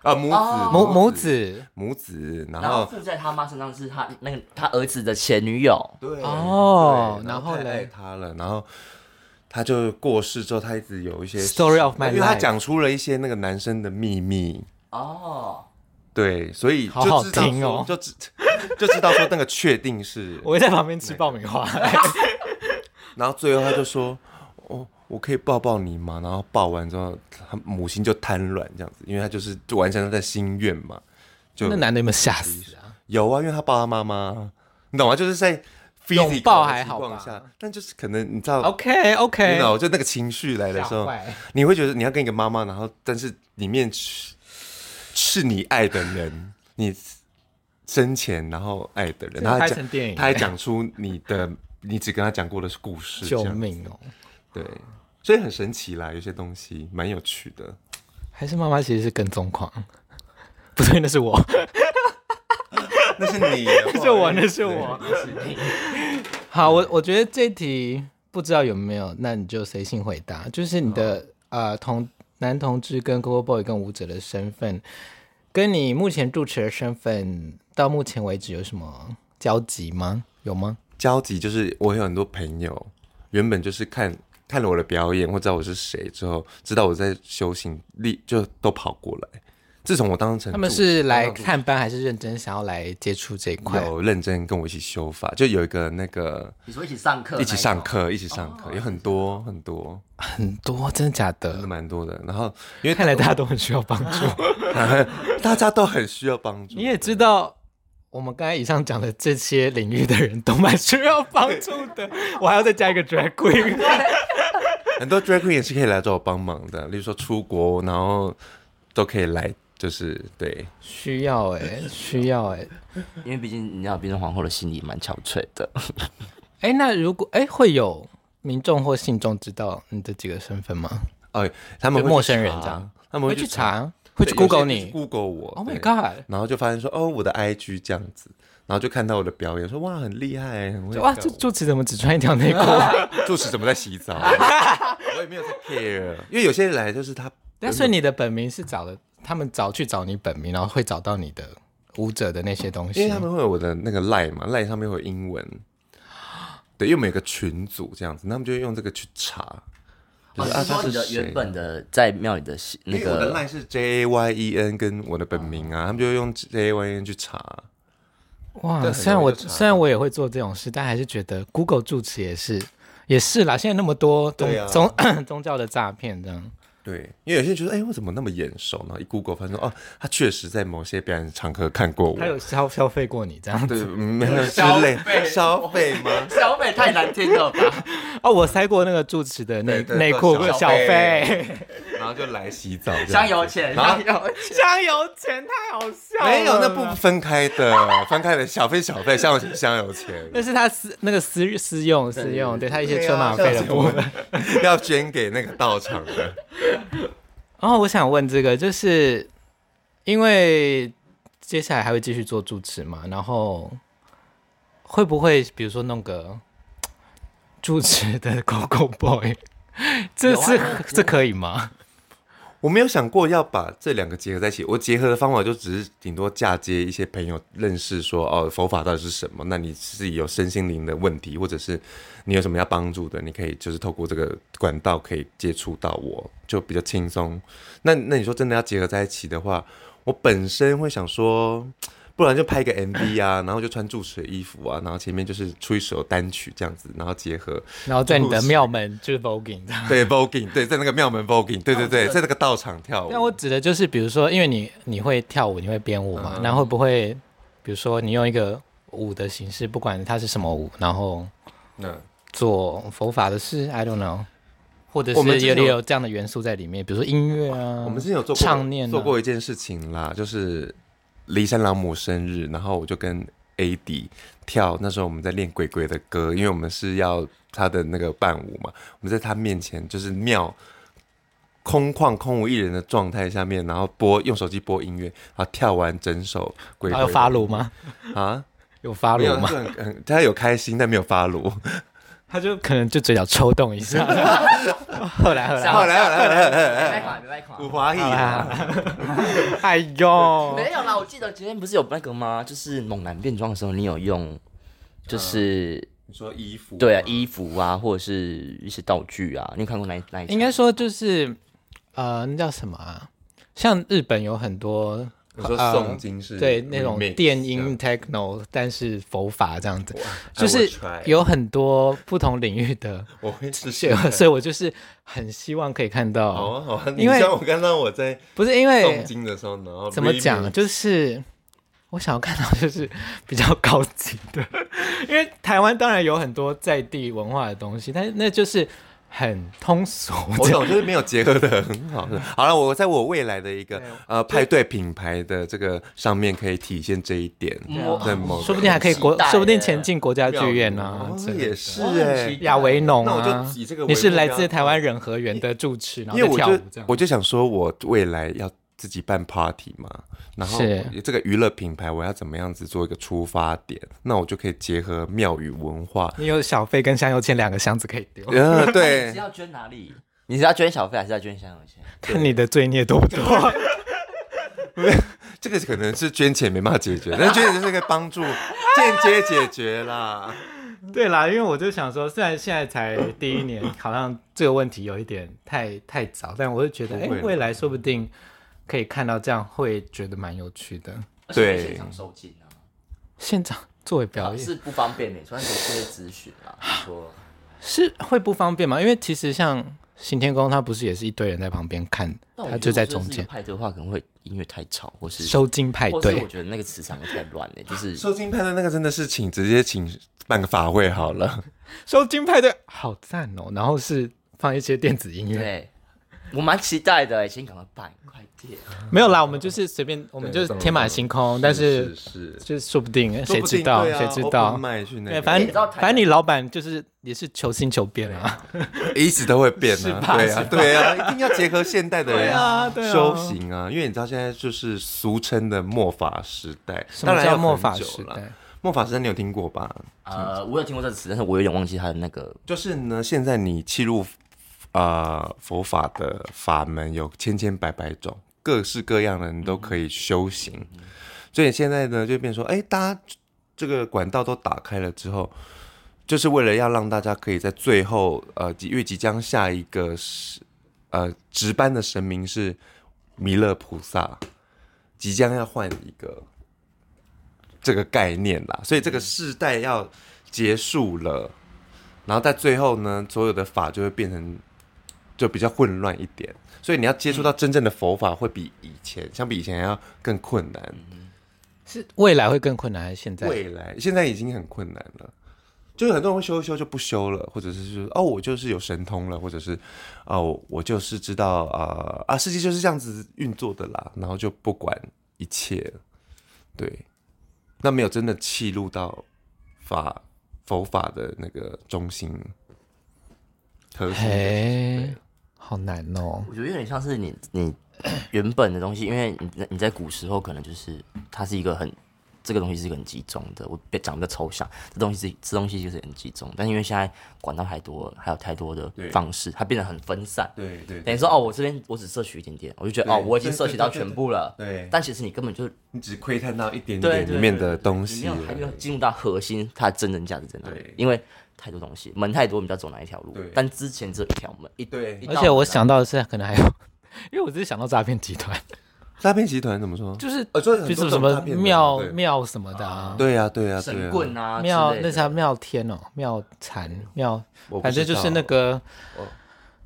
A: 啊母子、
C: 哦
B: 母母子
A: 母子，然
C: 然后
A: 后
C: 附在他妈身上是他那个他儿子的前女友，
A: 对
B: 哦
A: 对
B: 然后
A: 太
B: 嘞
A: 爱他了，然后他就过世之后，他一直有一些
B: ，Story of my
A: 因为他
B: life。
A: 讲出了一些那个男生的秘密，
C: 哦，
A: 对，所以
B: 好
A: 就
B: 好
A: 知道
B: 听哦
A: 说就知 就知道说那个确定是，
B: 我会在旁边吃爆米花，
A: 然后最后他就说，哦，我可以抱抱你吗？然后抱完之后，他母亲就瘫软这样子，因为他就是就完成他的心愿嘛，就
B: 那男的有没有吓死啊？
A: 有啊，因为他抱他妈妈，你懂吗？就是在 physical
B: 拥抱还好
A: 的情
B: 吧
A: 况下，但就是可能你知道
B: OK
A: 你
B: OK，
A: 知道，就那个情绪来的时候，你会觉得你要跟一个妈妈，然后但是里面是是你爱的人，你生前然后爱的人，然后
B: 拍
A: 他
B: 成
A: 讲，
B: 电影，
A: 他还讲出你的，你只跟他讲过的故事，
B: 救
A: 这样
B: 命哦！
A: 对，所以很神奇啦，有些东西蛮有趣的。
B: 还是妈妈其实是跟踪狂， 不对，那是我。
A: 那是你，不好意思
B: 是我那是我，好，我我觉得这题不知道有没有，那你就随性回答。就是你的、呃同男同志跟 g o g o Boy 跟舞者的身份，跟你目前主持的身份到目前为止有什么交集吗？有吗？
A: 交集就是我有很多朋友，原本就是看看了我的表演或知道我是谁之后，知道我在修行力就都跑过来。自从我当成
B: 他们是来探班还是认真想要来接触这一块？
A: 有认真跟我一起修法，就有一个那个
C: 你说一起上课，
A: 一起上，课，一起上
B: 哦
A: 课，有很多很多，
B: 很多，真的假
A: 真
B: 的
A: 的？蛮多的。然后因为
B: 看来大家都很需要帮助。
A: 大家都很需要帮助，
B: 你也知道，我们刚才以上讲的这些领域的人都蛮需要帮助的。 我还要再加一个 drag queen，
A: 很多 drag queen 也是可以来找我帮忙的，例如说出国，然后都可以来，就是对，
B: 需要哎、需要哎、
C: 因为毕竟你知道，冰冻皇后的心里蛮憔悴的。
B: 哎、那如果哎、会有民众或信众知道你的几个身份吗？
A: 哦，他们会去
B: 陌生人
A: 查
B: 这样，
A: 他们
B: 会
A: 会
B: 去
A: 去查，
B: 查，啊会去
A: 对有些
B: Google
A: 就是
B: 你。
A: ，Google 我
B: Oh my
A: 对
B: god！
A: 然后就发现说，哦，我的 IG 这样子，然后就看到我的表演，说哇，很厉害，很会
B: 哇，
A: 跳
B: 这
A: 舞
B: 主持怎么只穿一条内 裤啊？
A: 住持怎么在洗澡？啊我也没有在 care，因为有些人来就是他，
B: 但是你的本名是找的，他们找去找你本名，然后会找到你的舞者的那些东
A: 因
B: 西
A: 为他。们会有我的那个 line 嘛，line 上面会有英文，对，因为我们有个群组这样子，他们就会用这个去查，就是啊，
C: 哦
A: 他是
C: 你的
A: 谁
C: 原本的在庙里的戏那
A: 因为我的
C: 个哦
A: line 是 J A Y E N 跟我的本名啊，他们就会用 J A Y E N 去查。
B: 哇，
A: 对
B: 虽
A: 很
B: 然
A: 容
B: 我
A: 易就查
B: 虽然我也会做这种事，但还是觉得 Google 住持也是也是啦。现在那么多宗
A: 对啊
B: 宗、宗 教的诈骗，这样
A: 对，因为有些人觉得，哎、我怎么那么眼熟？然后一 Google 发现说，哦，他确实在某些表演场合看过我
B: 他。有消消费过你这样
A: 对，
B: 子
A: 没有之
C: 消
A: 类
C: 费
A: 消费 吗？
C: 小美太难听了
A: 啊
C: 吧？
B: 哦，我塞过那个住持的
A: 对
B: 内
A: 对
B: 内裤
A: 做小
B: 小
A: 费
B: 费
A: 然后就来洗澡，这样子
C: 香油钱，
A: 然后
C: 香油钱，
B: 香油钱，太好笑了。
A: 没有，那不分开的，分开的小费小费，香油香油钱
B: 那是他私那个私私用私用，对他一些车马
A: 对
B: 费
A: 啊
B: 的部分。
A: 要捐给那个道场的。
B: 然后我想问这个，就是因为接下来还会继续做主持嘛，然后会不会比如说弄个主持的 Gogo Boy，这
C: 有啊
B: 是、
C: 有啊
B: 这可以吗？
A: 我没有想过要把这两个结合在一起，我结合的方法就只是顶多嫁接一些朋友认识说，哦，佛法到底是什么？那你自己有身心灵的问题，或者是你有什么要帮助的，你可以就是透过这个管道可以接触到我，就比较轻松。那那你说真的要结合在一起的话，我本身会想说，不然就拍个 MV 啊，然后就穿住持的衣服啊，然后前面就是出一首单曲这样子，然后结合
B: 然后在你的
A: 主持
B: 庙门就是 voguing 这样。
A: 对 voguing，对，在那个庙门 voguing，对对对，在那哦个道场跳舞。
B: 但我指的就是，比如说，因为你你会跳舞，你会编舞嘛，
A: 嗯
B: 那会不会，比如说你用一个舞的形式，不管它是什么舞，然后
A: 那
B: 做佛法的事，I don't know，或者
A: 我们
B: 是
A: 之
B: 有
A: 前
B: 里
A: 有
B: 有这样的元素在里面，比如说音乐啊，
A: 我们之前有做过
B: 唱念啊
A: 做过一件事情啦，就是骊山老母生日，然后我就跟 AD 跳，那时候我们在练鬼鬼的歌，因为我们是要他的那个伴舞嘛，我们在他面前就是庙。空旷、空无一人的状态下面，然后播用手机播音乐，然后跳完整首鬼鬼
B: 还有发炉吗？
A: 啊，
B: 有发
A: 没有
B: 炉吗？
A: 他很很他有开心，但没有发怒。
B: 他就可能就嘴角抽动 一下。后来后来，
A: 好来好呃来好来好来，
C: 别垮，别垮
A: 五华裔啊，
B: 哎呦，
C: 没有啦，我记得今天不是有那个吗？就是猛男变装的时候，你有用，就是、
A: 你说衣服
C: 对啊，衣服啊，或者是一些道具啊，你有看过哪一哪一？
B: 应该说就是呃，那叫什么啊？像日本有很多
A: 你说诵经是
B: 啊对那种
A: remix
B: 电
A: 的
B: 音 techno，但是佛法这样子，
A: I
B: 就
A: will
B: 是
A: try
B: 有很多不同领域 的，
A: 我会试试
B: 所以
A: 看。
B: 所以我就是很希望可以看
A: 好
B: 到，
A: 啊好啊，你
B: 因为
A: 像我刚刚我在
B: 不是因
A: 诵
B: 为
A: 经的时候，然后
B: 怎么讲，
A: remix
B: 就是我想要看到就是比较高级的，因为台湾当然有很多在地文化的东西，但是那就是很通俗。
A: 我懂，就是没有结合的很好的。 好了，我在我未来的一个呃派对品牌的这个上面可以体现这一点，
C: 嗯
A: 在某个
B: 说不定还可以国
C: 期待，耶
B: 说不定前进国家剧院啊
A: 哦，
B: 之类的
A: 也是
C: 我很
A: 哎
C: 期，
B: 亚维农
A: 那我
B: 啊
A: 就以这个，为
B: 你是
A: 目
B: 来
A: 标
B: 自台湾仁和园的住持，然
A: 因为
B: 后在
A: 我
B: 跳舞
A: 就
B: 这样
A: 我。就想说，我未来要自己办 party 嘛，然后
B: 是
A: 这个娱乐品牌我要怎么样子做一个出发点，那我就可以结合庙宇文 化。
B: 你有小费跟香油钱两个箱子可以丢，
A: 呃，对
C: 你是，要捐哪里？你是要捐小费还是要捐香油钱？
B: 看 你的罪孽多不多。
A: 这个可能是捐钱没办法解决，但捐钱就是可以帮助间接解决啦。
B: 对啦，因为我就想说，虽然现在才第一年，好像这个问题有一点太太早，但我就觉得，哎、
A: 不会啦
B: 未来说不定可以看到这样，会觉得蛮有趣的。
A: 对
C: 而且现场收金啊，
B: 现场 作为表演
C: 是不方便的，算是一些咨询啊，说
B: 是会不方便吗？因为其实像行天宫，它不是也是一堆人在旁边看，
C: 但我
B: 它就
C: 觉得
B: 在
C: 如果
B: 中
C: 是一个
B: 间
C: 派对的话，可能会音乐太吵，或是
B: 收金
A: 哎
B: 派
C: 或是
B: 对
C: 我。觉得那个磁场太乱了，就是
A: 收金派的那个真的是请直接请办个法会好了，
B: 收金派对好赞哦，然后是放一些电子音乐，
C: 对，我蛮期待的，欸先赶快办，快点。
B: 没有啦，我们就是随便， 我们就是
A: 懂了
B: 天马行空，但是
A: 是
B: 就是说不定啊谁知道
A: 啊
B: 谁知道，
A: 卖去那个，
B: 对，反
C: 你知道
B: 正
C: 台南
B: 反正你老板就是也是求新求变啊，
A: 一直都会变
B: 是
A: 啊，
B: 吧
A: 对
B: 是
A: 啊
B: 吧，
A: 对啊，一定要结合现代的人
B: 对啊对啊
A: 修行啊，因为你知道现在就是俗称的末法时代，
B: 什
A: 当
B: 么
A: 然
B: 叫
A: 要
B: 末
A: 很
B: 法
A: 久
B: 时
A: 了
B: 代？
A: 末法时代你有听过吧？
C: 呃，
A: 嗯
C: 我有听过这个词，但是我有点忘记它的那个
A: 就是呢，现在你切入呃佛法的法门有千千百百种，各式各样的你都可以修行。所以现在呢，就变成说，哎、大家这个管道都打开了之后，就是为了要让大家可以在最后呃，即因为即将下一个是呃值班的神明是弥勒菩萨，即将要换一个这个概念啦，所以这个世代要结束了。然后在最后呢，所有的法就会变成就比较混乱一点，所以你要接触到真正的佛法会比以前相比以前还要更困难。
B: 是未来会更困难还是现在？
A: 未来现在已经很困难了，就是很多人会修一修就不修了，或者是说哦我就是有神通了，或者是哦我就是知道啊、呃、啊世界就是这样子运作的啦，然后就不管一切了，对，那没有真的契入到法佛法的那个中心核心的
B: 嘿，好难哦。
C: 我觉得有点像是你你原本的东西，因为你在你在古时候可能就是它是一个很这个东西是一个很集中的，我别讲比较抽象，这东西是这东西就是很集中，但是因为现在管道太多了，还有太多的
A: 对
C: 方式，它变得很分散。
A: 对对
C: 等于说哦，我这边我只摄取一点点，我就觉得
A: 对
C: 哦，我已经摄取到全部了。
A: 对对对对
C: 但其实你根本就
A: 你只窥探到一点
C: 对
A: 点
C: 对
A: 里面
C: 对
A: 的
C: 对
A: 东
C: 你
A: 西
C: 没有还没有进入到核心，它的真正价值在哪里
A: 对？
C: 因为太多东西，门太多，你不知道走哪一条路
A: 对。
C: 但之前只有一条门，一
A: 对
C: 一道
B: 而且我
C: 门
B: 想到的是，可能还有， 因为我只是想到诈骗集团，
A: 诈骗集团怎么说？
B: 就是
A: 呃就是很多
B: 就是
A: 这
B: 什
A: 种
B: 么
A: 诈骗的
B: 庙
A: 对
B: 庙什么的啊，
A: 对呀对呀对
C: 神
A: 呀，
C: 棍啊，
B: 庙
C: 之类
B: 那
C: 的
B: 叫庙天哦，庙禅庙
A: 我，不
B: 反正
A: 知
B: 就是那
A: 道
B: 个
A: 我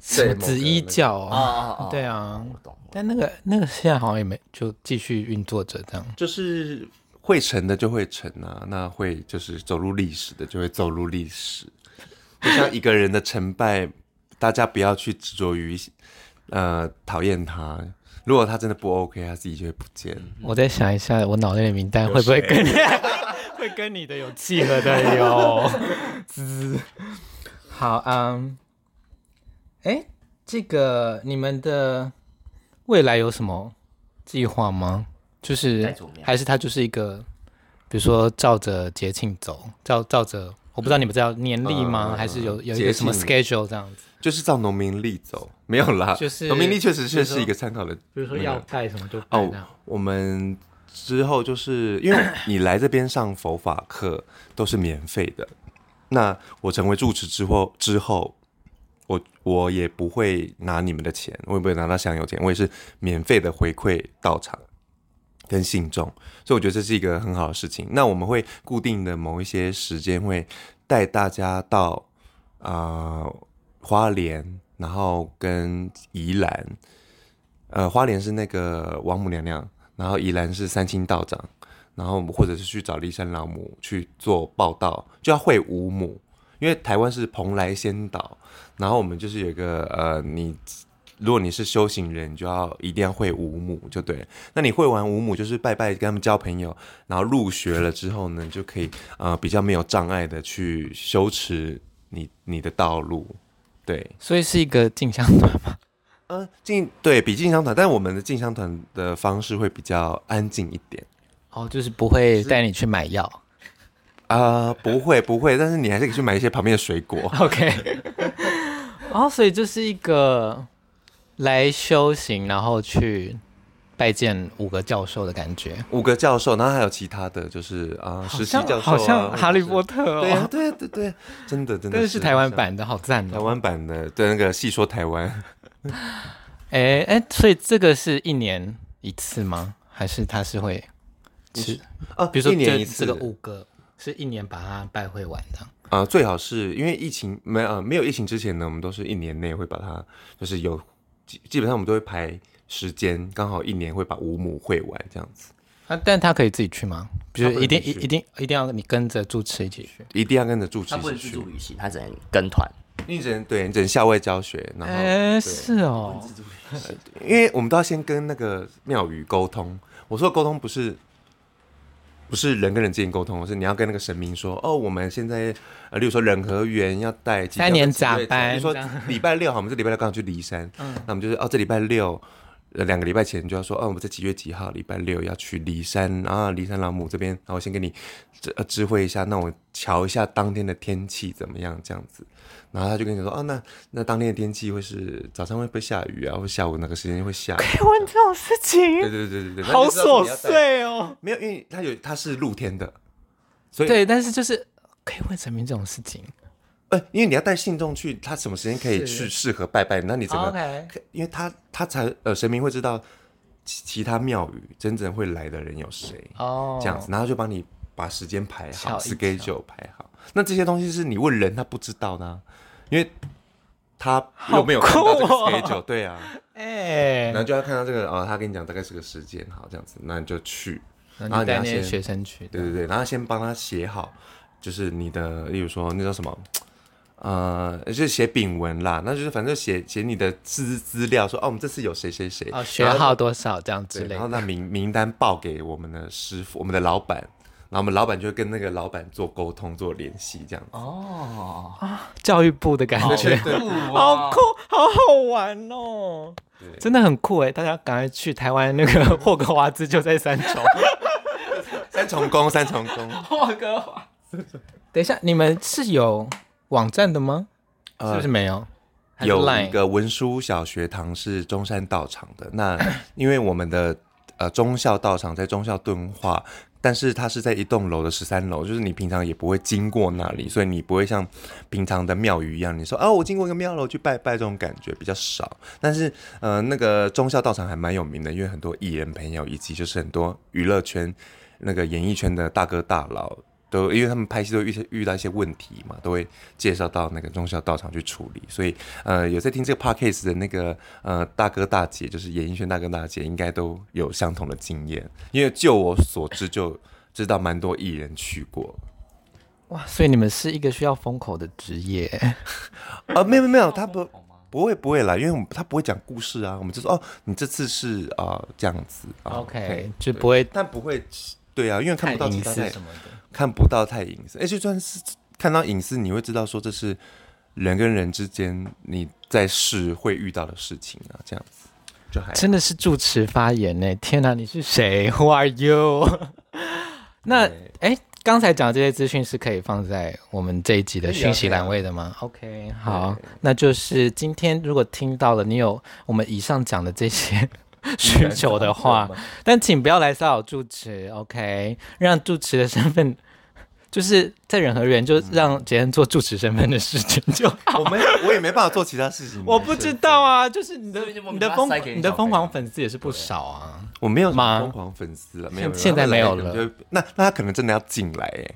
B: 什么
A: 对某
B: 紫
A: 个
B: 衣
A: 那个
B: 教
C: 啊
B: 哦，
C: 啊啊！啊
B: 对，啊，
C: 我懂。
B: 但那个那个现在好像也没就继续运作着这样。
A: 就是会成的就会成啊，那会就是走入历史的就会走入历史。就像一个人的成败，大家不要去执着于呃讨厌他。如果他真的不 OK，他自己就会不见。
B: 我再想一下，我脑内的名单会不会跟 会跟你的有契合的哟？滋，好，嗯，哎，这个你们的未来有什么计划吗？就是
C: 该怎么样
B: 还是它就是一个比如说照着节庆走，照照着，我不知道你们知道年历吗？还是有有一个什么
A: 节
B: schedule 这样子？
A: 就是照农民历走，没有啦，
B: 就是
A: 农民历确实
B: 比
A: 是
B: 如说
A: 是一个参考的，
B: 比如说
A: 那个
B: 要拜什么就拜
A: 哦
B: 这样。，
A: 我们之后就是因为你来这边上佛法课都是免费的，那我成为住持之后之后，我我也不会拿你们的钱，我也不会拿到香油钱，我也是免费的回馈到场。跟信众，所以我觉得这是一个很好的事情。那我们会固定的某一些时间会带大家到啊、呃花莲，然后跟宜兰，呃，花莲是那个王母娘娘，然后宜兰是三清道长，然后或者是去找骊山老母去做报道，就要会五母，因为台湾是蓬莱仙岛，然后我们就是有一个呃，你如果你是修行人，你就要一定要会五母就对了。那你会玩五母，就是拜拜跟他们交朋友，然后入学了之后呢，你就可以呃比较没有障碍的去修持你你的道路，对。
B: 所以是一个镜像团嘛，
A: 呃，进对比进香团，但我们的进香团的方式会比较安静一点
B: 哦，就是不会带你去买药。
A: 啊、不会不会，但是你还是可以去买一些旁边的水 果。
B: OK，哦，所以就是一个来修行，然后去拜见五个教授的感觉，
A: 五个教授，然后还有其他的就是啊，实习
B: 像
A: 教授、啊、
B: 好像
A: 或者是
B: 哈利波特
A: 对啊
B: 哦，，
A: 对啊对对，真的真的
B: 但是是台湾
A: 像
B: 版的，好赞
A: 台
B: 哦。
A: 湾版的，对那个细说台 湾，
B: 哎哎，所以这个是一年一次吗？还是它是会是
A: 啊，
B: 比如说
A: 一年
B: 这
A: 一次
B: 这个五个是一年把它拜会完的。
A: 啊、最好是因为疫情没呃没有疫情之前呢，我们都是一年内会把它就是有基基本上我们都会排时间，刚好一年会把五母会完这样子。
B: 啊，但他可以自己去吗？比如
A: 他不能
B: 一定
A: 自
B: 一
A: 己去
B: 一定一定要你跟着住持一起去。
A: 一定要跟着住持
C: 他
A: 一
C: 不能
A: 起
C: 自
A: 去
C: 助，旅行，他只能跟团。
A: 你只能对，你只能校外教学，然后、
B: 哎，是哦，
A: 因为我们都要先跟那个庙宇沟通。我说的沟通不是不是人跟人之间沟通，是你要跟那个神明说，哦，我们现在呃，例如说人和园要带几
B: 三年
A: 甲
B: 甲班
A: 比如说
B: 这样嗯
A: 礼拜六好，我们这礼拜六刚好去骊山，那我们就是哦，这礼拜六。呃，两个礼拜前就要说，哦，我们这几月几号，礼拜六要去骊山啊，骊山老母这边，然后先跟你知呃知会一下，那我瞧一下当天的天气怎么样，这样子。然后他就跟你说，哦，那那当天的天气会是早上会不会下雨啊，或下午哪个时间会下雨？
B: 台湾这种事
A: 对
B: 情
A: 对对对对，
B: 好
A: 那就知道说
B: 琐
A: 你要带。
B: 碎哦。
A: 没有，因为它有它是露天的，所以
B: 对，但是就是可以问神明这种事情。
A: 呃，因为你要带信众去，他什么时间可以
B: 是
A: 去适合拜拜？那你怎么？
B: 哦 OK，
A: 可因为他他才呃神明会知道其其他庙宇真正会来的人有谁，
B: 哦，
A: 这样子，然后就帮你把时间排
B: 瞧
A: 好
B: 一瞧
A: ，schedule 排好。那这些东西是你问人他不知道的啊、因为他又没有
B: 好
A: 看到这个
B: 酷哦
A: schedule，对啊，
B: 哎
A: 然，后就要看到这个哦，他跟你讲大概是个时间，好这样子，那你就去。
B: 然
A: 然
B: 后
A: 后
B: 就
A: 你
B: 带
A: 要
B: 那些
A: 先
B: 学生去。哦
A: 对对对，然后先帮他写好，就是你的，例如说那叫什么，呃，就是写丙文啦，那就是反正写写你的资资料，说哦，我们这次有谁谁谁，
B: 哦，学
A: 然后
B: 号多少这样之
A: 对，
B: 类
A: 然
B: 的
A: 后。那名名单报给我们的师傅，我们的老板，然后我们老板就会跟那个老板做沟通、做联系这样子。
C: 哦，
B: 教育部的感
A: 哦
B: 觉，好酷，哦好好玩哦！真的很酷哎，大家赶快去台湾那个霍格华兹，就在三 重。
A: 三重宫，三重宫，
C: 霍格华，
B: 等一下，你们是有网站的吗？
A: 呃
B: 是不是没有？还是
A: 有
B: Line？
A: 一个文殊小学堂是中山道场的，那 因为我们的呃中校道场在中校敦化，但是它是在一栋楼的十三楼，就是你平常也不会经过那里，所以你不会像平常的庙宇一样，你说啊我经过一个庙楼去拜拜这种感觉比较少。但是 呃那个中校道场还蛮有名的，因为很多艺人朋友以及就是很多娱乐圈那个演艺圈的大哥大佬。都因为他们拍戏都遇遇到一些问题嘛，都会介绍到那个中校道场去处理，所以呃，有在听这个 podcast 的那个呃大哥大姐，就是演艺圈大哥大姐，应该都有相同的经验，因为就我所知，就知道蛮多艺人去过。
B: 哇，所以你们是一个需要封口的职业。
A: 啊，没有没有，他不不会不会啦，因为我们他不会讲故事啊，我们就说哦，你这次是啊、呃这样子啊
B: OK，就不会
A: 但不会对啊，因为看
B: 太
A: 不到其
B: 隐
A: 他
B: 私
A: 太
B: 什么的。
A: 看不到太隐私，而且就算是看到隐私，你会知道说这是人跟人之间你在试会遇到的事情啊，这样子就还好
B: 真的是住持发言呢！天哪，你是谁？Who are you？ 那
A: 对
B: 哎，刚才讲的这些资讯是可以放在我们这一集的
A: 可以啊
B: 讯息
A: 可以啊
B: 栏位的吗？OK，好，那就是今天如果听到了你有我们以上讲的这些 需求的话，但请不要来骚扰住持，OK？让住持的身份。就是在人和人，就让杰恩做住持身份的事情就好。
A: 我们我也没办法做其他事情。
B: 我不知道啊，就是你的
C: 所以就我们
B: 你的
C: 把它
B: 疯
C: 塞给你
B: 你的
C: 小
B: 疯
C: 费
B: 狂
C: 嘛
B: 粉丝也是不少啊。
A: 我没有
B: 吗
A: 疯狂粉丝了，没有，
B: 现在没有
A: 他们来可
B: 了
A: 能就那那他可能真的要进来哎，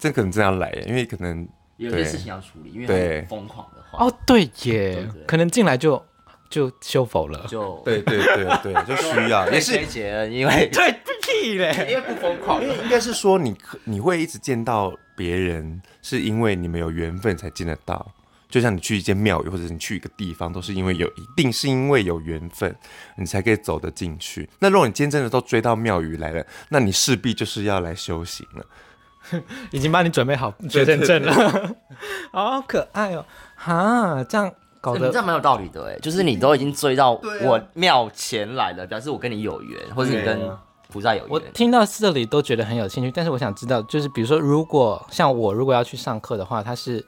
A: 这可能真的要来哎，因为可能
C: 有些事情要处理，因为
A: 对
C: 很疯狂的话，
B: 哦，对耶
C: 对，
B: 可能进来就就修否了。
C: 就
A: 对对对 对，就需要也是
C: 谢谢杰恩，因为
B: 对屁嘞！
C: 因为不疯狂啊
A: 因为应该是说你可你会一直见到别人，是因为你们有缘分才见得到。就像你去一间庙宇，或者是你去一个地方，都是因为有，一定是因为有缘分，你才可以走得进去。那如果你今天真的都追到庙宇来了，那你势必就是要来修行了。
B: 已经帮你准备好学生证了， 好可爱哦！哈，这样搞
C: 你这
B: 得
C: 样蛮有道理的哎，就是你都已经追到我庙前来了，表示我跟你有缘，或是你
A: 对
C: 跟
A: 啊
C: 菩萨有
B: 我
C: 缘。
B: 听到这里都觉得很有兴趣。但是我想知道，就是比如说，如果像我如果要去上课的话，它是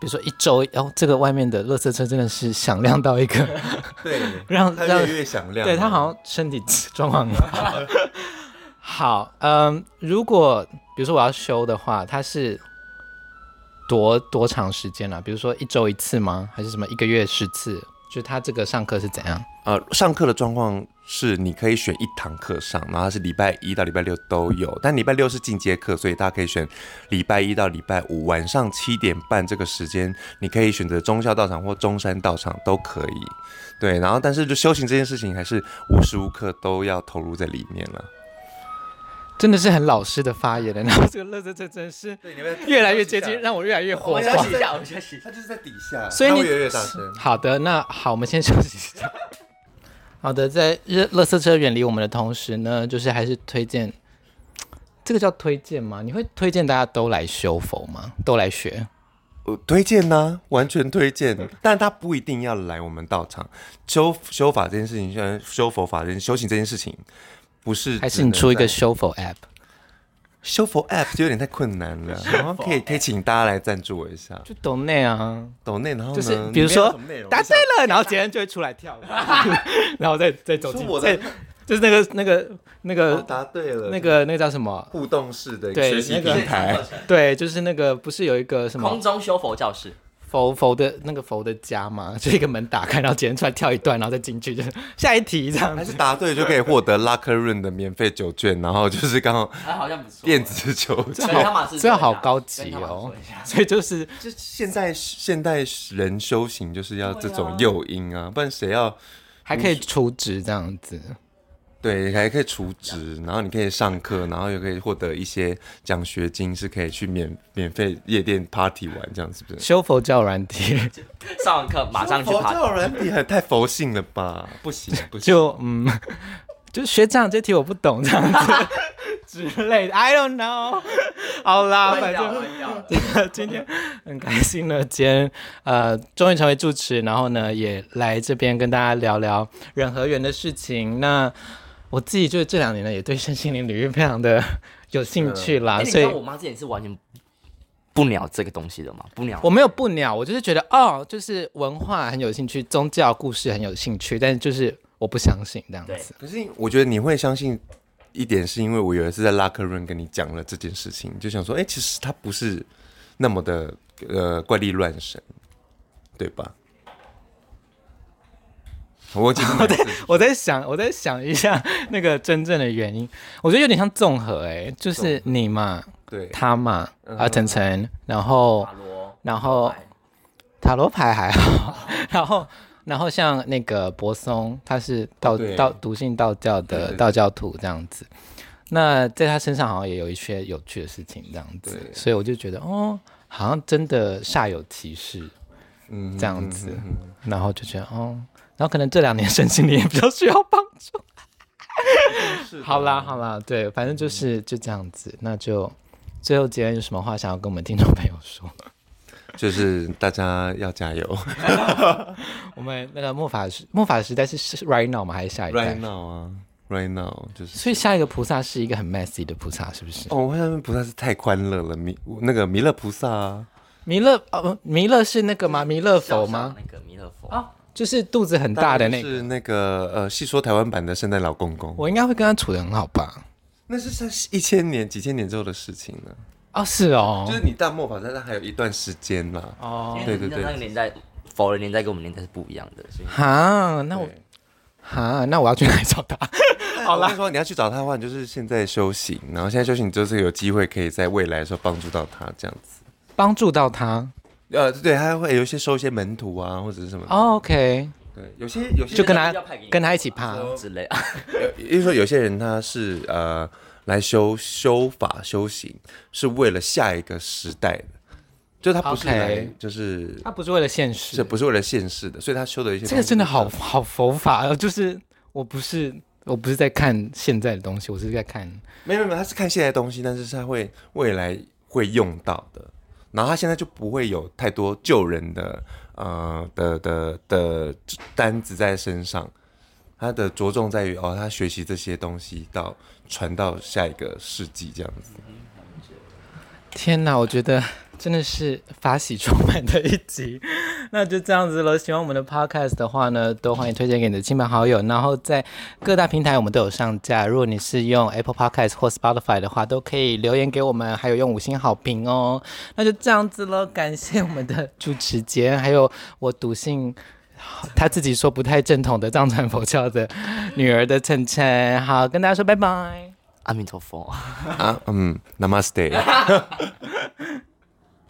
B: 比如说一周，哦，这个外面的垃圾车真的是响亮到一个
A: 对，
B: 让
A: 他
B: 让
A: 越越响亮。
B: 对他好像身体状况很好。 好，嗯，如果比如说我要修的话，它是多多长时间啊了、比如说一周一次吗？还是什么一个月十次？就是他这个上课是怎样？
A: 呃，上课的状况是你可以选一堂课上，然后它是礼拜一到礼拜六都有，但礼拜六是进阶课，所以大家可以选礼拜一到礼拜五晚上七点半这个时间，你可以选择忠孝道场或中山道场都可以。对，然后但是就修行这件事情，还是无时无刻都要投入在里面了。
B: 真的是很老师的发言了。然后这个乐色这真是
A: 对，你们
B: 越来越接近，让 我越来越火花。
C: 一下，我们休息一下。
A: 他就是在底下，
B: 所以你
A: 它会越来越大声。
B: 好的，那好，我们先休息一下。好的，在热垃圾车远离我们的同时呢，就是还是推荐，这个叫推荐吗？你会推荐大家都来修佛吗？都来学？
A: 我呃推荐呢、完全推荐，但他不一定要来我们道场修修法这件事情，呃，修佛法这件修行这件事情，不是
B: 还是
A: 只
B: 你
A: 能
B: 出一个
A: 在
B: 修佛 app？
A: 修佛 App 就有点太困难 了，然后可以可以请大家来赞助我一下，
B: 就懂内啊，
A: 抖内，然后呢
B: 就是比如说答对了，然后杰恩就会出来跳舞， 然后再再走进
A: 说，我
B: 再
A: 的
B: 就是那个那个那
A: 我
B: 个
A: 答 对了
B: 那个那个叫什么？
A: 互动式的
B: 对
A: 学习
B: 那个
A: 平 台，
B: 对，就是那个不是有一个什么
C: 空中修佛教室，
B: 佛佛的那个佛的家嘛， 就一个门打开，然后杰恩出来跳一段，然后再进去，就是下一题这样
A: 还
B: 子。
A: 是答对就可以获得拉克润的免费酒券，然后就是刚好
C: 还好像不错。啊
A: 电子酒券。
C: 跟他马斯
B: 这
C: 说一下
B: 好高级
C: 跟他马斯
B: 哦
C: 说一下，
B: 所以就是
A: 就现代现代人修行就是要这种诱因啊，不然谁要？
B: 还可以除职这样子。
A: 对，还可以除职，然后你可以上课，然后又可以获得一些奖学金，是可以去免免费夜店 party 玩这样，是不是？
B: 修佛教软体
C: 上完课马上去
A: 佛
C: 爬。
A: 教啊人也太佛性了吧？不行不 行，
B: 就嗯， 就学长这题我不懂这样 子之类的，I don't know。好 啦，反正。 今天很开心呢，今天呃终于成为住持，然后呢也来这边跟大家聊聊人和缘的事情。那我自己就是这两年呢，也对身心灵领域非常的有兴趣啦，
C: 哎，你
B: 啊所
C: 知
B: 以
C: 道我妈之前是完全不鸟这个东西的吗？不鸟。
B: 我没有不鸟，我就是觉得哦，就是文化很有兴趣，宗教故事很有兴趣，但是就是我不相信这样
C: 对
B: 子。
A: 可是我觉得你会相信一点，是因为我有一次在拉克润跟你讲了这件事情，就想说，哎、其实他不是那么的呃怪力乱神，对吧？我已经
B: 我在想，我在想一下那个真正的原因，我觉得有点像综合、欸，就是你嘛，
A: 对
B: 他嘛，
A: 嗯
B: 啊晨晨，然后
C: 塔罗，
B: 然后塔罗牌还好， 然后然后像那个柏松，他是道、
A: 哦对
B: 道笃信道教
A: 对对
B: 的
A: 对
B: 道教徒这样子。那在他身上好像也有一些有趣的事情这样子，
A: 对
B: 所以我就觉得哦，好像真的煞有其事
A: 嗯
B: 这样子，然后就觉得哦，然后可能这两年身心灵也比较需要帮助。 好啦好啦，对，反正就是
A: 嗯
B: 就这样子，那就最后杰恩有什么话想要跟我们听众朋友 说？
A: 就是大家要加 油
B: 我们那个末法时末法时代是是 right now 吗？还是下一代
A: ，right now 啊。 right now 就是。
B: 所以下一个菩萨是一个很 messy 的菩萨，是不是？
A: 哦，我看他们菩萨是太欢乐了，弥那个弥勒菩萨啊，
B: 弥勒哦，弥勒是那个吗？弥勒佛吗？哦
C: 那个弥勒佛
B: 就是肚子很大的那个。
A: 是那个呃，细说台湾版的圣诞老公公，
B: 我应该会跟他处的很好吧？
A: 那是在一千年、几千年之后的事情了。
B: 哦，是哦
A: 就，是你到末法，但是还有一段时间啦。
B: 哦，
C: 因
A: 对
C: 为
A: 对对
C: 那个年代，佛的年代跟我们年代是不一样的，所以
B: 哈，那我
A: 对
B: 哈，那我要去哪里找他？
A: 好啦，哎说你要去找他的话，你就是现在修行，然后现在修行，你就是有机会可以在未来的时候帮助到他这样子。
B: 帮助到他。
A: 呃，对，他会有一些收一些门徒啊，或者是什么。
B: 哦 OK，
A: 对，有些有些
B: 就跟他
C: 要派给你
B: 跟他一起爬。
C: 之类。
A: 有，就是说有些人他是呃来修修法修行，是为了下一个时代的，就他不是
B: OK
A: 来就是
B: 他不是为了现
A: 这
B: 实，
A: 不是为了现世的，所以他修的一些
B: 这个
A: 东西
B: 真的
A: 是
B: 好好佛法哦，就是我不是我不是在看现在的东西，我是在看
A: 没有没有，他是看现在的东西，但是他会未来会用到的。然后他现在就不会有太多救人的呃的的的单子在身上，他的着重在于哦，他学习这些东西到传到下一个世纪这样子。
B: 天哪，我觉得真的是法喜充满的一集。 那就这样子了。喜欢我们的 podcast 的话呢，都欢迎推荐给你的亲朋好友。然后在各大平台我们都有上架。如果你是用 Apple Podcast 或 Spotify 的话，都可以留言给我们，还有用五星好评哦。那就这样子了，感谢我们的主持杰，还有我笃信。 他自己说不太正统的藏传佛教的女儿的晨晨，好，跟大家说拜拜。
C: 阿弥陀佛。
A: 啊，嗯，Namaste。